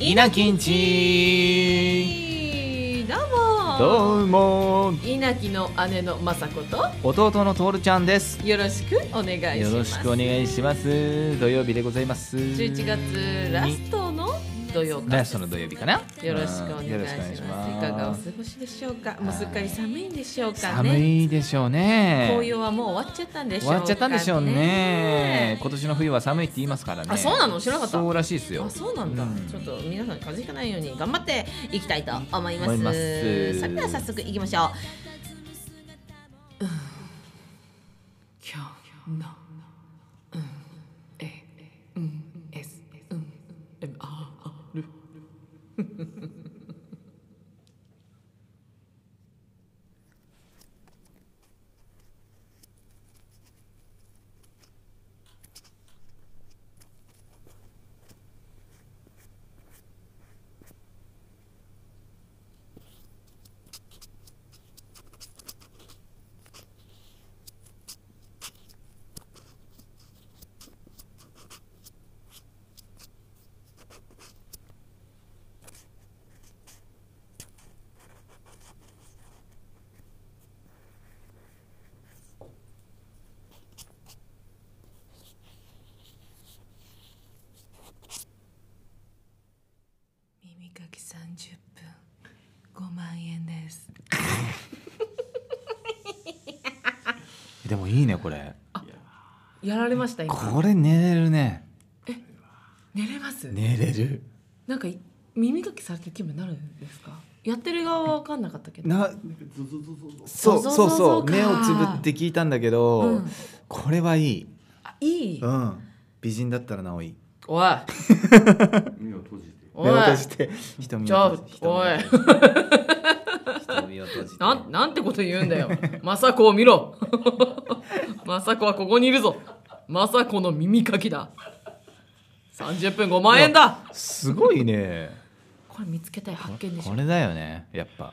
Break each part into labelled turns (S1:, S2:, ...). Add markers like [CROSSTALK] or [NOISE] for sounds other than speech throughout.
S1: 稲きんち
S2: どうも
S1: どうも
S2: 稲城の姉の雅子と
S1: 弟のトールちゃんです
S2: よろしくお願いします
S1: よろしくお願いします土曜日でございます
S2: 11月ラストの土曜日
S1: ラストの土曜日かな
S2: よろしくお
S1: う
S2: 願
S1: ん
S2: いし
S1: よろし
S2: ます,、
S1: くお願いします
S2: いかがお過ごしでしょうかもうすっかり寒いんでしょうか
S1: 寒
S2: ね
S1: いでしょうね
S2: 紅葉はもう終わっちゃったんでしょ
S1: 終
S2: うか、ね、
S1: わっちゃったんでしょうね今年の冬は寒いって言いますからね
S2: あそうなの知らなかった
S1: そうらしいですよ
S2: あそうなんだ、
S1: うん
S2: ちょっと皆さん風邪ひかないように頑張っていきたいと思います
S1: 思います
S2: それでは早速いきましょううん今日のうんえうんえすうんえあある耳かき三十分五万円です
S1: でもいいねこれ
S2: やられました今
S1: これ寝れるね
S2: 寝れます、
S1: 寝れる
S2: なんかい耳かきされてる気分になるんですかやってる側は分かんなかったけど
S1: なそう
S2: ゾゾゾゾ
S1: そうそう
S2: か
S1: 目をつぶって聞いたんだけど、
S2: うん
S1: これはいい、
S2: あいい
S1: うん、美人だったらなおいい
S2: おい
S1: 目
S2: [LAUGHS] 目
S1: を
S2: を閉
S1: 閉
S2: じ
S1: じ
S2: て
S1: て瞳
S2: ちょ
S1: を閉じて瞳を
S2: おい
S1: 閉じて瞳を閉じて
S2: おいなんなんてこと言うんだ
S1: [LAUGHS]
S2: よ雅子を見ろ [LAUGHS] 雅子はここにいるぞ雅子の耳かきだ30分5万円だ
S1: すごいね
S2: これ見つけたい発見でし
S1: こ
S2: ょ
S1: れだよねやっぱ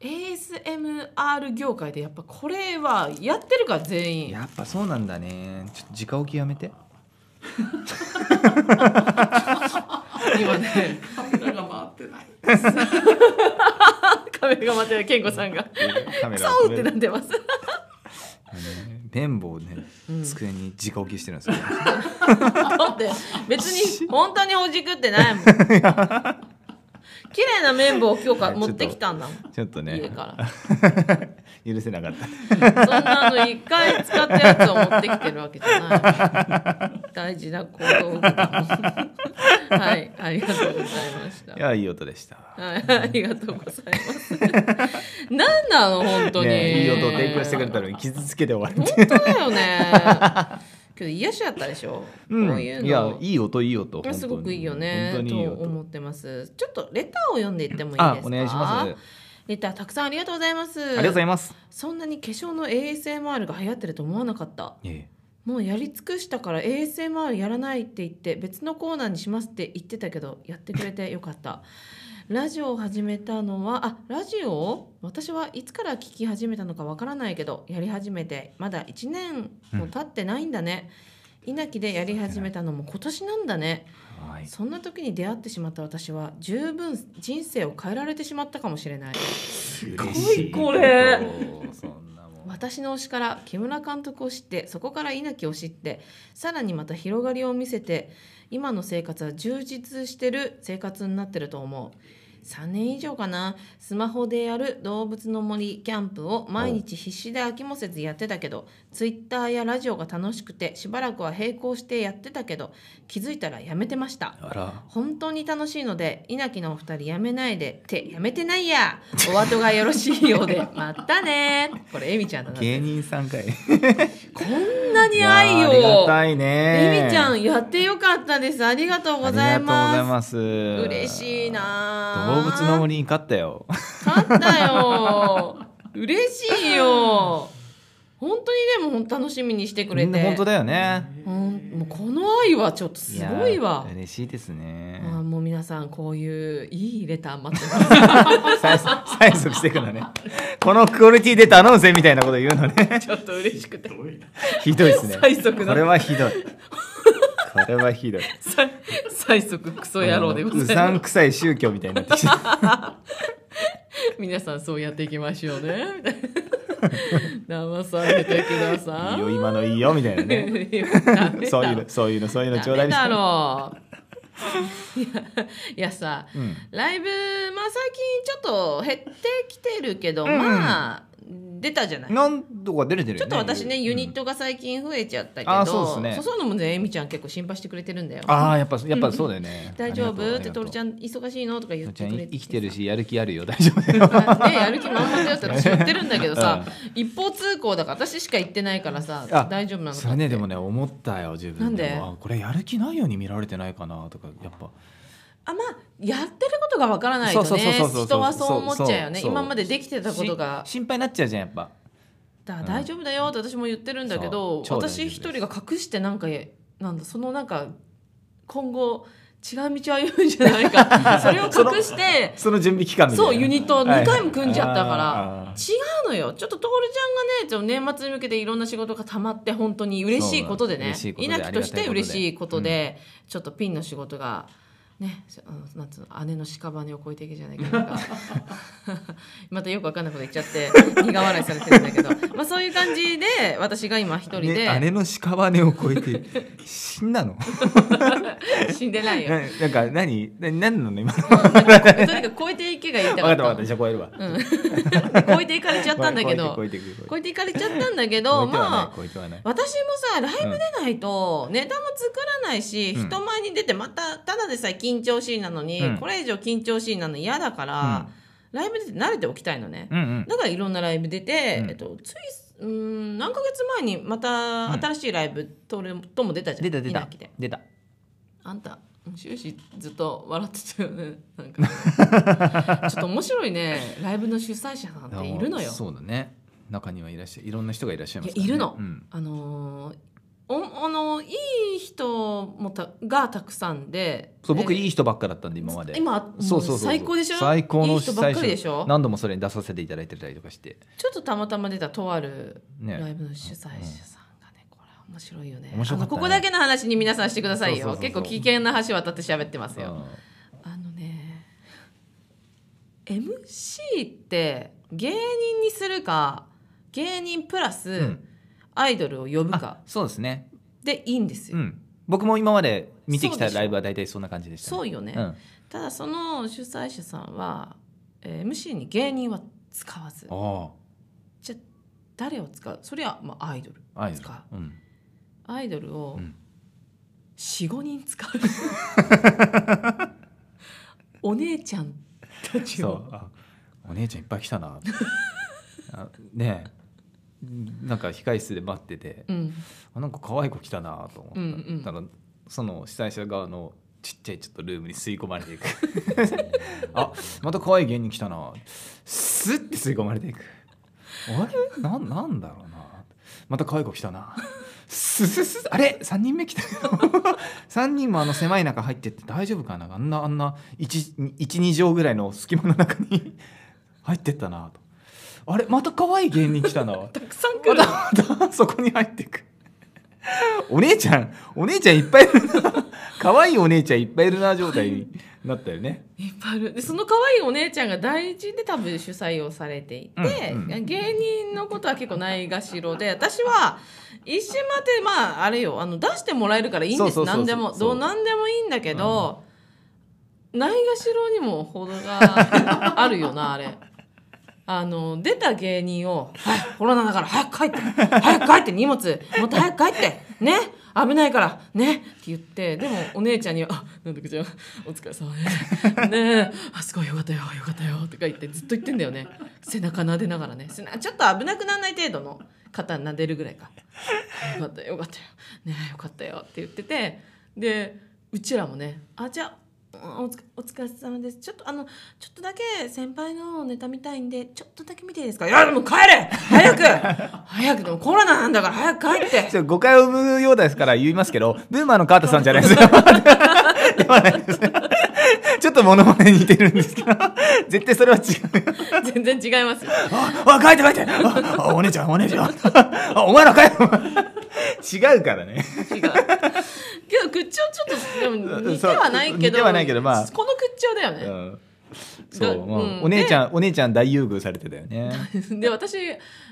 S2: ASMR 業界でやっぱこれはやってるから全員
S1: やっぱそうなんだねちょっと直置きやめて
S2: 今ね
S3: カメラが回ってない。
S2: [LAUGHS] カメラが待ってる健吾さんが
S1: カメ
S2: ク
S1: ラ
S2: ソ
S1: を
S2: ーってなっ
S1: [LAUGHS]
S2: てます
S1: あのね綿棒をね机に直置きしてるんですよ、
S2: だって別に本当にほじくってないもん綺麗な綿棒を今日か
S1: はいちょっ
S2: 持
S1: と
S2: ってきたんだもん
S1: ちょっと
S2: 家
S1: ね
S2: か
S1: 許せなかった
S2: らそんなの一回使ったやつを持ってきてるわけじゃない大事な行動具だもんはいありがとうございました
S1: いやいい音でした
S2: はい、ありがとうございます。なんなの本当に、
S1: ね、いい音を提供してくれたのに傷つけて終わる
S2: 本当だよ
S1: [LAUGHS]
S2: ね。けど癒しだったでしょ。こういう
S1: い
S2: の。
S1: やいい音いい音
S2: すごくいいよね
S1: 本当にいい
S2: と思
S1: 音
S2: ってます。ちょっとレターを読んでいってもいいですか。
S1: あお願いしますあ
S2: レターたくさんありがとうございます。あ
S1: りがとうござ
S2: い
S1: います
S2: ます。そんなに化粧の ASMR が流行ってると思わなかった。
S1: え
S2: もうやり尽くしたから ASMR やらないって言って別のコーナーにしますって言ってたけどやってくれてよかったラジオを始めたのはあラジオ私はいつから聞き始めたのかわからないけどやり始めてまだ1年も経ってないんだね、稲城でやり始めたのも今年なんだね
S1: えはい
S2: そんな時に出会ってしまった私は十分人生を変えられてしまったかもしれない
S1: す
S2: ごいこれ
S1: そんなもん
S2: 私の推しから木村監督を知ってそこから稲城を知ってさらにまた広がりを見せて今の生活は充実してる生活になってると思う3年以上かなスマホでやる動物の森キャンプを毎日必死で飽きもせずやってたけどツイッターやラジオが楽しくてしばらくは並行してやってたけど気づいたらやめてました
S1: あら
S2: 本当に楽しいので稲城のお二人やめないでってやめてないやお後がよろしいようで
S1: [LAUGHS]
S2: またねこれエミちゃんだな
S1: 芸人さんかい
S2: こんなに愛
S1: やありが
S2: を
S1: たいね
S2: エミちゃ
S1: あり
S2: んやってよかったですありがとうござ
S1: が
S2: い
S1: とうござい
S2: ます
S1: ます
S2: 嬉しいな
S1: 動物の森に勝ったよ
S2: 勝った
S1: [LAUGHS]
S2: よ嬉しいよ本当にでもほん楽しみにしてく
S1: み
S2: れ
S1: んな
S2: て
S1: 本当だよね
S2: ほんもうこの愛はちょっとすごいわ
S1: や嬉しいですね
S2: あーもう皆さんこういういいレター待ってま
S1: [LAUGHS]
S2: す
S1: 催促催促してくのねこのクオリティで頼むぜみたいなこと言うのね
S2: ちょっと嬉しくて
S1: ひどいですね。
S2: 催促だ
S1: これはひどい。これはひどい。
S2: さ最速クソ野郎でご
S1: う
S2: ざい
S1: さん
S2: ま
S1: くさい宗教みたいになってきて。
S2: [LAUGHS] す。皆さんそうやっていきましょうね。 [LAUGHS] 騙されてくださ
S1: いい
S2: い。
S1: よ、今のいいよ、みたいな
S2: [LAUGHS]
S1: ね。
S2: ダメだ
S1: そういうの、そういうの、そういうのちょうだいみた
S2: ダ
S1: いな。 [LAUGHS]
S2: メだろう。いやいやさ、
S1: うん
S2: ライブ、まあ、最近ちょっと減ってきてるけど、
S1: うんうん
S2: まあ出たじゃない
S1: なんとか出れてる
S2: ち
S1: よ
S2: ょっ
S1: ね。
S2: と私ね、ユニッ
S1: ト。
S2: トが最近増えちゃったけど、
S1: あーそうですね
S2: そういうのもねえみちゃん結構心配してくれてるんだよ
S1: ああ、やっぱ、やっぱそうだよね。
S2: 大丈夫って
S1: と
S2: トルちゃん忙しいのとか言っ
S1: ち
S2: て
S1: ゃん
S2: くれ
S1: 生
S2: て
S1: きてるしやる気あるよ大丈夫だよ
S2: [LAUGHS] ね、やる気満々だよって私言ってるんだけどさ、一方通行だから私しか言ってないからさ
S1: あ
S2: 大丈夫なのかって
S1: それねでもね思ったよ自分
S2: なんで
S1: もあこれやる気ないように見られてないかなとかやっぱ
S2: あまあやってることがわからないと
S1: そうそう
S2: ね
S1: そうそうそう
S2: 人はそう思っちゃうよね
S1: そうそう
S2: 今までできてたことが
S1: し心配になっちゃうじゃんやっぱ
S2: だから大丈夫だよって私も言ってるんだけど、
S1: そう超大丈夫
S2: 私
S1: で
S2: 一
S1: す
S2: 人が隠してなんかなんだそのなんか今後違う道を歩むんじゃないかそれを隠して
S1: その準備期間みたいな
S2: そうユニットを2回も組んじゃったから、
S1: はいあー
S2: 違うのよちょっと徹ちゃんがねちょっと年末に向けていろんな仕事がたまって本当に嬉しいことでね
S1: そう嬉しいことで
S2: 稲木とし
S1: あ
S2: て
S1: りがたいことで
S2: 嬉しいことで、ちょっとピンの仕事が。ね、あのなんつうの姉の屍を越えていけじゃないけどなんか [LAUGHS] またよくわかんないこと言っちゃって苦笑いされてるんだけど、
S1: [LAUGHS]
S2: まあ、そういう感じで私が今一人
S1: ね
S2: で、
S1: 姉の屍を越
S2: [LAUGHS]
S1: えて死んだの
S2: 死んでない
S1: [LAUGHS]
S2: よ。
S1: ななんか何な何なの今の分
S2: とにかく超えていけが言い
S1: か
S2: たか
S1: っ
S2: っ
S1: 分
S2: たた
S1: かった
S2: [LAUGHS]
S1: じゃあ超えるわ
S2: うん、超えていかれちゃったんだけど
S1: [LAUGHS] 超えて超えて超えて
S2: 超えていかれちゃったんだ
S1: 超
S2: け
S1: えては
S2: どまあ
S1: ない超えてはない
S2: 私もさライブ出ないとネタも作らないし、
S1: うん
S2: 人前に出てまたただでさえ緊張しいなのに、
S1: うん
S2: これ以上緊張しいなの嫌だから、ライブ出て慣れておきたいのね、
S1: うんうん
S2: だからいろんなライブ出て、
S1: うん
S2: えっと、ついうーん何ヶ月前にまた新しいライブとれとも出たじゃん
S1: 出た出
S2: 稲
S1: た
S2: 城で
S1: 出た
S2: あんた終始ずっと笑ってたよねなん
S1: [LAUGHS]
S2: かちょっと面白いねライブの主催者さんっているのよ
S1: そうだね中にはいらっしゃいろんな人がいらっしゃいます
S2: いやいるの
S1: うん
S2: あのーおあのーいい人もたがたくさんで
S1: そう僕い
S2: い
S1: い人ばっかだったんで今まで
S2: 今もう
S1: そうそうそう
S2: 最高でしょ
S1: 最高の
S2: いい人ばっかりでしょ
S1: 何度もそれに出させていただいてたりとかして
S2: ちょっとたまたま出たとある
S1: ね
S2: ライブの主催者さんがねこれは面白いよね
S1: 面白かったね
S2: あのここだけの話に皆さんしてください
S1: そう
S2: よ
S1: そうそう
S2: 結
S1: そう
S2: 構危険な橋渡って喋ってます
S1: う
S2: よ
S1: ん
S2: あのね MC って芸人にするか芸人プラス、
S1: ん
S2: アイドルを呼ぶ
S1: あ
S2: か
S1: そうですね
S2: でいいんですよ、
S1: うん僕も今まで見てき
S2: そう
S1: た
S2: でしょ
S1: ライブは大体そんな感じでしたね
S2: そうよね、
S1: うん
S2: ただその主催者さんは、えー MC に芸人は使わず
S1: あ
S2: じゃあ誰を使うそれはまあアイドル
S1: あアイドル
S2: 使
S1: うん
S2: アイドルを
S1: うん
S2: 45人使
S1: [LAUGHS]
S2: うお姉ちゃんたち
S1: そう
S2: を
S1: あお姉ちゃんいっぱい来たなあねえなんか控室で待ってて
S2: うん
S1: あなんか可愛い子来たなと思った,、
S2: うんうん
S1: ただその主催者側のちっちゃいちょっとルームに吸い込まれてい
S2: [LAUGHS]
S1: くあまた可愛い芸人来たなスッて吸い込まれていくあれななんだろうなまた可愛い子来たなスススあれ3人目来たよ3人もあの狭い中入ってって大丈夫かなあんなあんな12畳ぐらいの隙間の中に入ってったなとあれまた可愛い芸人来たな
S2: たくさん来
S1: ま
S2: る
S1: たまたそこに入っていく [LAUGHS] お姉ちゃんお姉ちゃんいっぱいいるな可愛いお姉ちゃんいっぱいいるな状態になったよね
S2: いっぱいあるでその可愛いお姉ちゃんが第一で多分主催をされていて、
S1: うんう
S2: 芸人のことは結構ないがしろで私は一瞬待ってまああれよあの出してもらえるからいいんです
S1: そうそうそうそう
S2: 何でも
S1: そ
S2: ど
S1: う
S2: う何でもいいんだけど、ないがしろにも程がある
S1: [LAUGHS]
S2: よなあれ。あの出た芸人を「はいコロナだから早く帰って早く帰って荷物もっと早く帰ってね危ないからね」って言ってでもお姉ちゃんには「あなんだかちゃんお疲れ様ね [LAUGHS] ねえあすごいよかったよよかったよ」とか言ってずっと言ってんだよね背中撫でながらね背中ちょっと危なくならない程度の肩撫でるぐらいか「よかったよよかったよねえよかったよ」って言っててでうちらもね「あじゃあうんおつお疲れ様です。ちょっとあのちょっとだけ先輩のネタ見たいんでちょっとだけ見ていいですか。いやでも帰れ早く [LAUGHS] 早くでもコロナなんだから早く帰っ
S1: [LAUGHS]
S2: て
S1: ち。ょっと誤解を生むようですから言いますけどブーマーの川田さんじゃないで
S2: [LAUGHS]
S1: すよではないですちょっとモノマネ似てるんですけど絶対それは違う
S2: 全然違いますよ。
S1: ああ帰って帰ってああお姉ちゃんお姉ちゃんあお前ら帰る違うからね
S2: 違う。けど、口調ちょっと、でも似てはないけど。
S1: そう似てはないけどまあ
S2: この口調だよね。
S1: うんそう、まあ
S2: うん
S1: お姉ちゃんお姉ちゃん大優遇されてたよね
S2: [LAUGHS] で私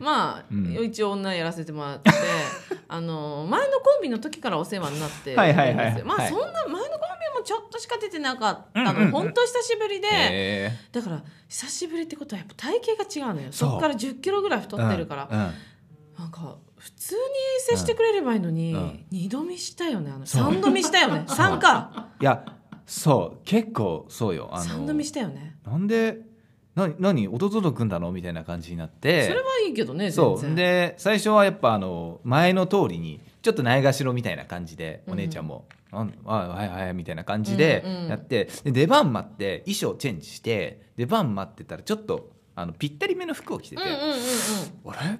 S2: まあ、
S1: うん
S2: 一応女やらせてもらって [LAUGHS] あの前のコンビの時からお世話になってるんですよ、
S1: はいはいはい
S2: まあ、
S1: はい
S2: そんな前のコンビもちょっとしか出てなかったの、
S1: うんうんうん
S2: 本当久しぶりで、
S1: へ
S2: だから久しぶりってことはやっぱ体型が違うのよ
S1: そ
S2: そうこから1 0キロぐらい太
S1: え
S2: ってるから、
S1: うんうん
S2: なんか普通に接してくれればいいのに、
S1: うん
S2: 二度見したよねあの
S1: そう
S2: 三度見し
S1: [LAUGHS]
S2: たよね
S1: う
S2: 三か
S1: いやそう結構そうよあ
S2: 三
S1: の
S2: 度見したよね
S1: なんでな何弟と組んだのみたいな感じになって
S2: それはいいけどね全
S1: そ
S2: 然
S1: うで最初はやっぱあの前の通りにちょっとないがしろみたいな感じで
S2: うん
S1: お姉ちゃんも「なんあはいはい」みたいな感じで
S2: うんうん
S1: やって、で出番待って衣装チェンジして出番待ってたらちょっとあのぴったりめの服を着て
S2: う
S1: て「
S2: んう
S1: [LAUGHS]
S2: んうんうん
S1: あれ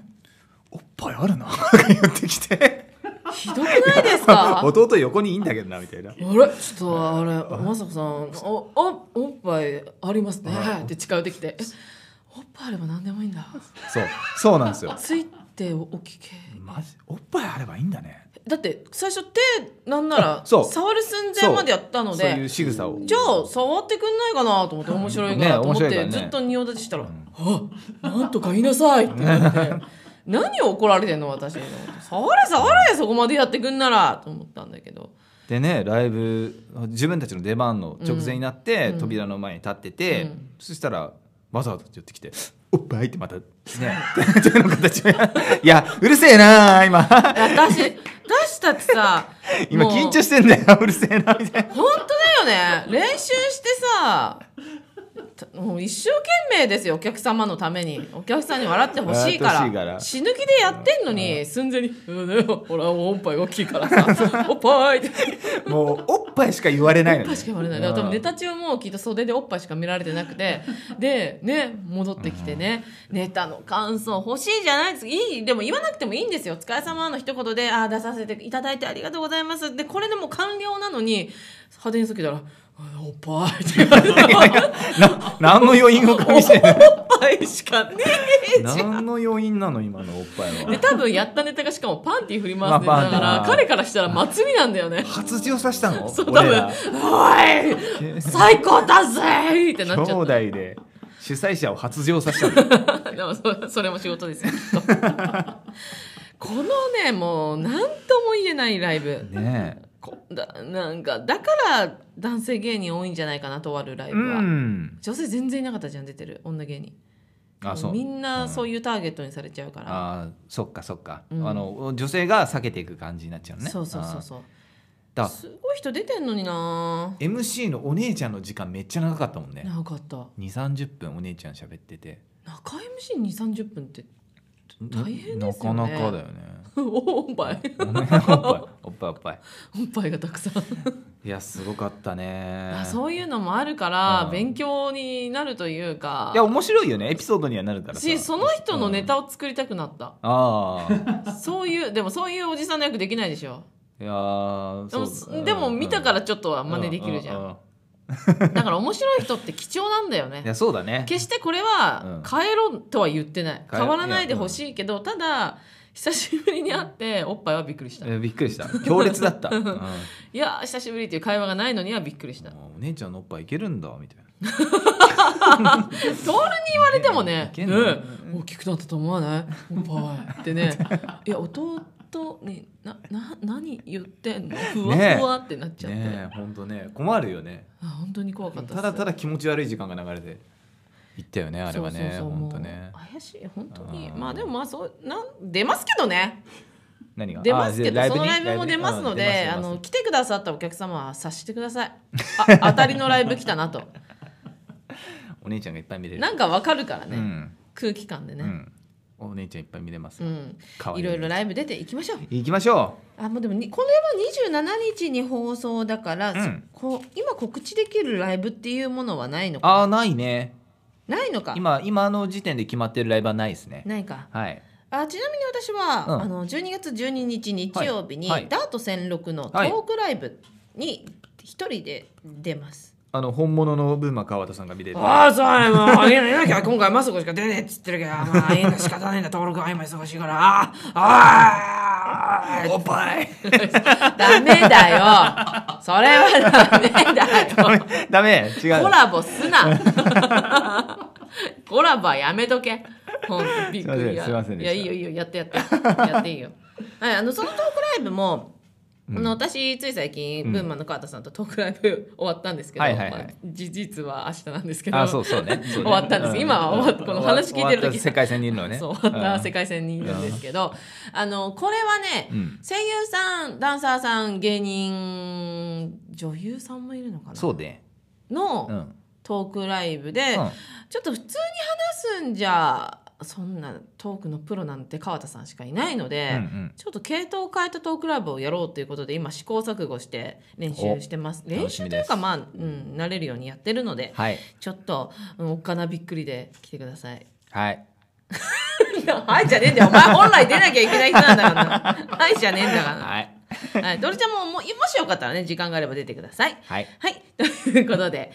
S1: おっぱいあるな」とか言ってきて
S2: ひどくないです [LAUGHS] か
S1: [LAUGHS] 弟横にいいんだけどなみたいな。
S2: あれちょっとあれまさこさんおおおっぱいありますね
S1: はい
S2: はいって近寄ってきてえおっぱいあれば何でもいいんだ
S1: そうそうなんですよ。
S2: ついておきけ
S1: マジおっぱいあればいいんだね。
S2: だって最初手なんなら
S1: あ [LAUGHS] そう
S2: 触る寸前までやったの
S1: そうい
S2: で
S1: う仕草を。
S2: じゃあ触ってくんないかなと思って面白いかなと思っ
S1: ね面白いから
S2: て
S1: ね
S2: ずっと仁王立ちしたら
S1: うん
S2: 「あなんとか言いなさい」って言わ
S1: [LAUGHS]
S2: れて何を怒られてんの私触れ触れそこまでやってくんならと思ったんだけど
S1: でねライブ自分たちの出番の直前になって、
S2: うん
S1: 扉の前に立ってて、
S2: うん
S1: そしたらわざわざ寄ってきて「おっぱい」ってまたね [LAUGHS] 手の形をやいやうるせえな今
S2: 私私たちさ
S1: [LAUGHS] 今
S2: もう
S1: 緊張してんだようるせえなみたいな
S2: 本当だよね練習してさたもう一生懸命ですよお客様のためにお客さんに笑ってほしいから
S1: 笑ってほしいから
S2: 死ぬ気でやってんのに寸前に「うんねほらおっぱい大きいからさおっぱい」って
S1: もうおっぱいしか言われないの
S2: おっぱいしか言われないだから多分ネタ中もきっと袖でおっぱいしか見られてな
S1: [LAUGHS]
S2: くてでね戻ってきてねネタの感想欲しいじゃないですいいでも言わなくてもいいんですよ「お疲れ様の一言で「あー出させていただいてありがとうございます」でこれでもう完了なのに派手にきたら「あおっぱい」って言われて
S1: [LAUGHS] な何の余韻をかみしてない
S2: おっぱいしかねえじゃん。
S1: 何の余韻なの今のおっぱ
S2: [LAUGHS]
S1: い
S2: で
S1: は
S2: 多分やったネタがしかもパンティ振り回すネタだか
S1: まあパン
S2: ら
S1: ティ
S2: 彼からしたら祭りなんだよね。
S1: 初血を刺したの
S2: そう多
S1: 俺
S2: 分
S1: ら
S2: 「おい最高だぜ!」ってな
S1: 兄
S2: っちゃっ
S1: 弟
S2: た
S1: で主催者を発情させたの
S2: [LAUGHS] でもそそれも仕事ですよきっと [LAUGHS] このねもう何とも言えないライブ
S1: ねえ
S2: こだなんかだから男性芸人多いんじゃないかなとあるラ
S1: [LAUGHS]
S2: イ
S1: う
S2: ブは、
S1: ん
S2: 女性全然いなかったじゃん出てる女芸人
S1: あそう
S2: みんなそう
S1: い
S2: いうターゲットにされちゃうから、
S1: あーそっかそっか、
S2: うん
S1: あの女性が避けていく感じになっちゃうね
S2: そうそうそう
S1: う
S2: そう
S1: だ
S2: すごい人出てんのにな
S1: MC のお姉ちゃんの時間めっちゃ長かったもんね
S2: 長かった
S1: 2 3 0分お姉ちゃん喋ってて
S2: 中 MC 2 3 0分って [LAUGHS] 大変
S1: な
S2: ですよね
S1: なかなかだよね
S2: おっぱ
S1: [LAUGHS]
S2: い
S1: お
S2: [LAUGHS]
S1: ねおっぱいおっぱいおっぱい
S2: おっぱいがたくさん
S1: いやすごかったね
S2: あそういうのもあるから、
S1: うん
S2: 勉強になるというか
S1: いや面白いよねエピソードにはなるからさ
S2: しその人のネ
S1: うん
S2: タを作りたくなった、
S1: ああ
S2: そういうでもそういうおじさんの役できないでしょ
S1: いやー
S2: でも
S1: そうだ
S2: でも見たか
S1: う
S2: ら
S1: ん
S2: ちょっとは真似できるじゃん、
S1: うう
S2: だから面白い人って貴重なんだよ
S1: う
S2: ね
S1: いやそうだね
S2: 決してこれ
S1: うん
S2: は変えろとは言ってない
S1: 変え
S2: 変わらないでほしいけどただ久しぶりに会っておっぱいはびっくりしたい
S1: えびっくりした強烈だった、
S2: [LAUGHS]
S1: うんも
S2: やー久しぶりっていう会話がないのにはびっくりしたト
S1: うお姉ちゃんのおっぱいいけるんだみたいな
S2: ールに言われてもね
S1: いけ
S2: ね
S1: んの
S2: 大きくなったと思わないおっぱいってねいや弟になな何言ってんのふわ
S1: ねえ
S2: ふわってなっちゃって、
S1: ねえ本当ね困るよね
S2: あ本当に怖かったっす
S1: ただただ気持ち悪い時間が流れていったよねあれはね本当ね
S2: もう怪しい本当に
S1: うん
S2: まあでもまあそうなん出ますけどね
S1: 何が
S2: 出ますけ
S1: あ
S2: ど
S1: じ
S2: そ
S1: ゃあ
S2: のライブも
S1: に
S2: 出ますの
S1: うん出
S2: で
S1: ます
S2: あ
S1: 出ます
S2: の来てくださったお客様は察してく
S1: [LAUGHS]
S2: ださいあ当たりのライブ来たなと
S1: お姉ちゃんがいっぱい見れる
S2: なんかわかるから
S1: う
S2: ね、
S1: ん
S2: 空気感で
S1: う
S2: ね
S1: んお姉ちゃんいっぱい見れます
S2: うん、
S1: 可愛
S2: いろいろライブ出ていきましょう
S1: 行きましょ
S2: あもうでもにこれは27日に放送だから、
S1: うん
S2: こ今告知できるライブっていうものはないの
S1: う
S2: か
S1: ああないね
S2: ないのか
S1: 今今の時点で決まってるライブはないですね
S2: ないか
S1: はい
S2: あちなみに私は、
S1: うん
S2: あの12月12日日曜日に、
S1: はいはい
S2: ダート16のトークライブに一人で出ます。
S1: あの本物のブーマ川田さんが見れる
S3: ああ、そうや、もう、いやいなきゃ、今回、マスコしか出ねえっつってるけど、まあ、いいんだ、仕方ないんだ、登録が今忙しいから、ああ、ああ、
S1: おっぱい
S2: [LAUGHS] ダメだよそれはダメ
S3: [LAUGHS]
S2: だよ
S1: [LAUGHS] ダメ違う
S2: コラボすな
S1: [LAUGHS]
S2: コラボはやめとけほんとびっくりや
S1: すいませんすいませんで
S2: い
S1: した
S2: やいいよいいよやってやってやっていいよ [LAUGHS] はいあのそのトークライブも
S1: うん
S2: あの私つい最近、ブーマンの川田さんとトークライブ終わったんですけど、
S1: はいはいはい
S2: まあ事実は明日なんですけど
S1: あそうそうねそうね
S2: 終わったんです
S1: う
S2: 今は終わったこの話聞いて
S1: 終
S2: る時
S1: わった世界線にいるのね
S2: そう終わった世
S1: 界
S2: 界線にいるんですけど、あのこれはね、
S1: うん
S2: 声優さんダンサーさん芸人女優さんもいるのかな
S1: そうで
S2: の、
S1: うんうん
S2: トークライブで、ちょっと普通に話すんじゃそんなトークのプロなんて川田さんしかいないので、
S1: うんうん
S2: ちょっと系統を変えたトークライブをやろうということで今試行錯誤して練習してます
S1: みです
S2: 練習というかまあ、うん、慣れるようにやってるので、
S1: はい
S2: ちょっと、うん、おっかなびっくりで来てください。
S1: はい
S2: はいじゃねえんだよお前本来出なきゃいけない人なんだからなはいじゃねえんだからな
S1: はい
S2: はい、どれちゃんももうもしよかったらね時間があれば出てください。
S1: はい
S2: はい、 [LAUGHS] ということで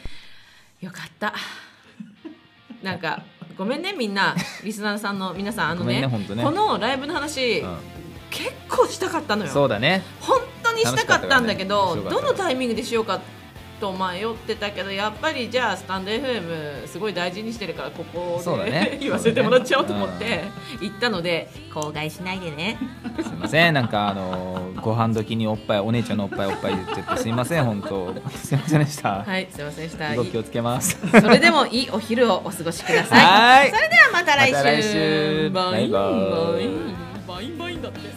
S2: よかった。なんかごめんねみんなリスナーさんの皆さんあの
S1: ごめ
S2: ね
S1: んねほんとね
S2: このライブの話、
S1: う
S2: 結構したかったの
S1: ん
S2: よ
S1: そうだね
S2: 本当にしたかったんだけど、
S1: 楽しかったからね面白か
S2: ど
S1: った
S2: のタイミングでしようかと迷ってたけどやっぱりじゃあスタンド FM すごい大事にしてるからここ
S1: そうだ
S2: で、
S1: ね
S2: [LAUGHS] 言わせてもらっちゃおうと思って行ったので口外しないでね。
S1: すいませんなんかあのーご飯時におっぱいお姉ちゃんのおっぱいおっぱい言っちゃってすいません本当すいませんでした、
S2: はいすいませんでした。
S1: 以後気をつけます
S2: [LAUGHS] それでもいいお昼をお過ごしください。
S1: はい
S2: それではまた来週。
S1: また来週
S2: バイン
S1: バイバイ
S2: バインバインバインだって。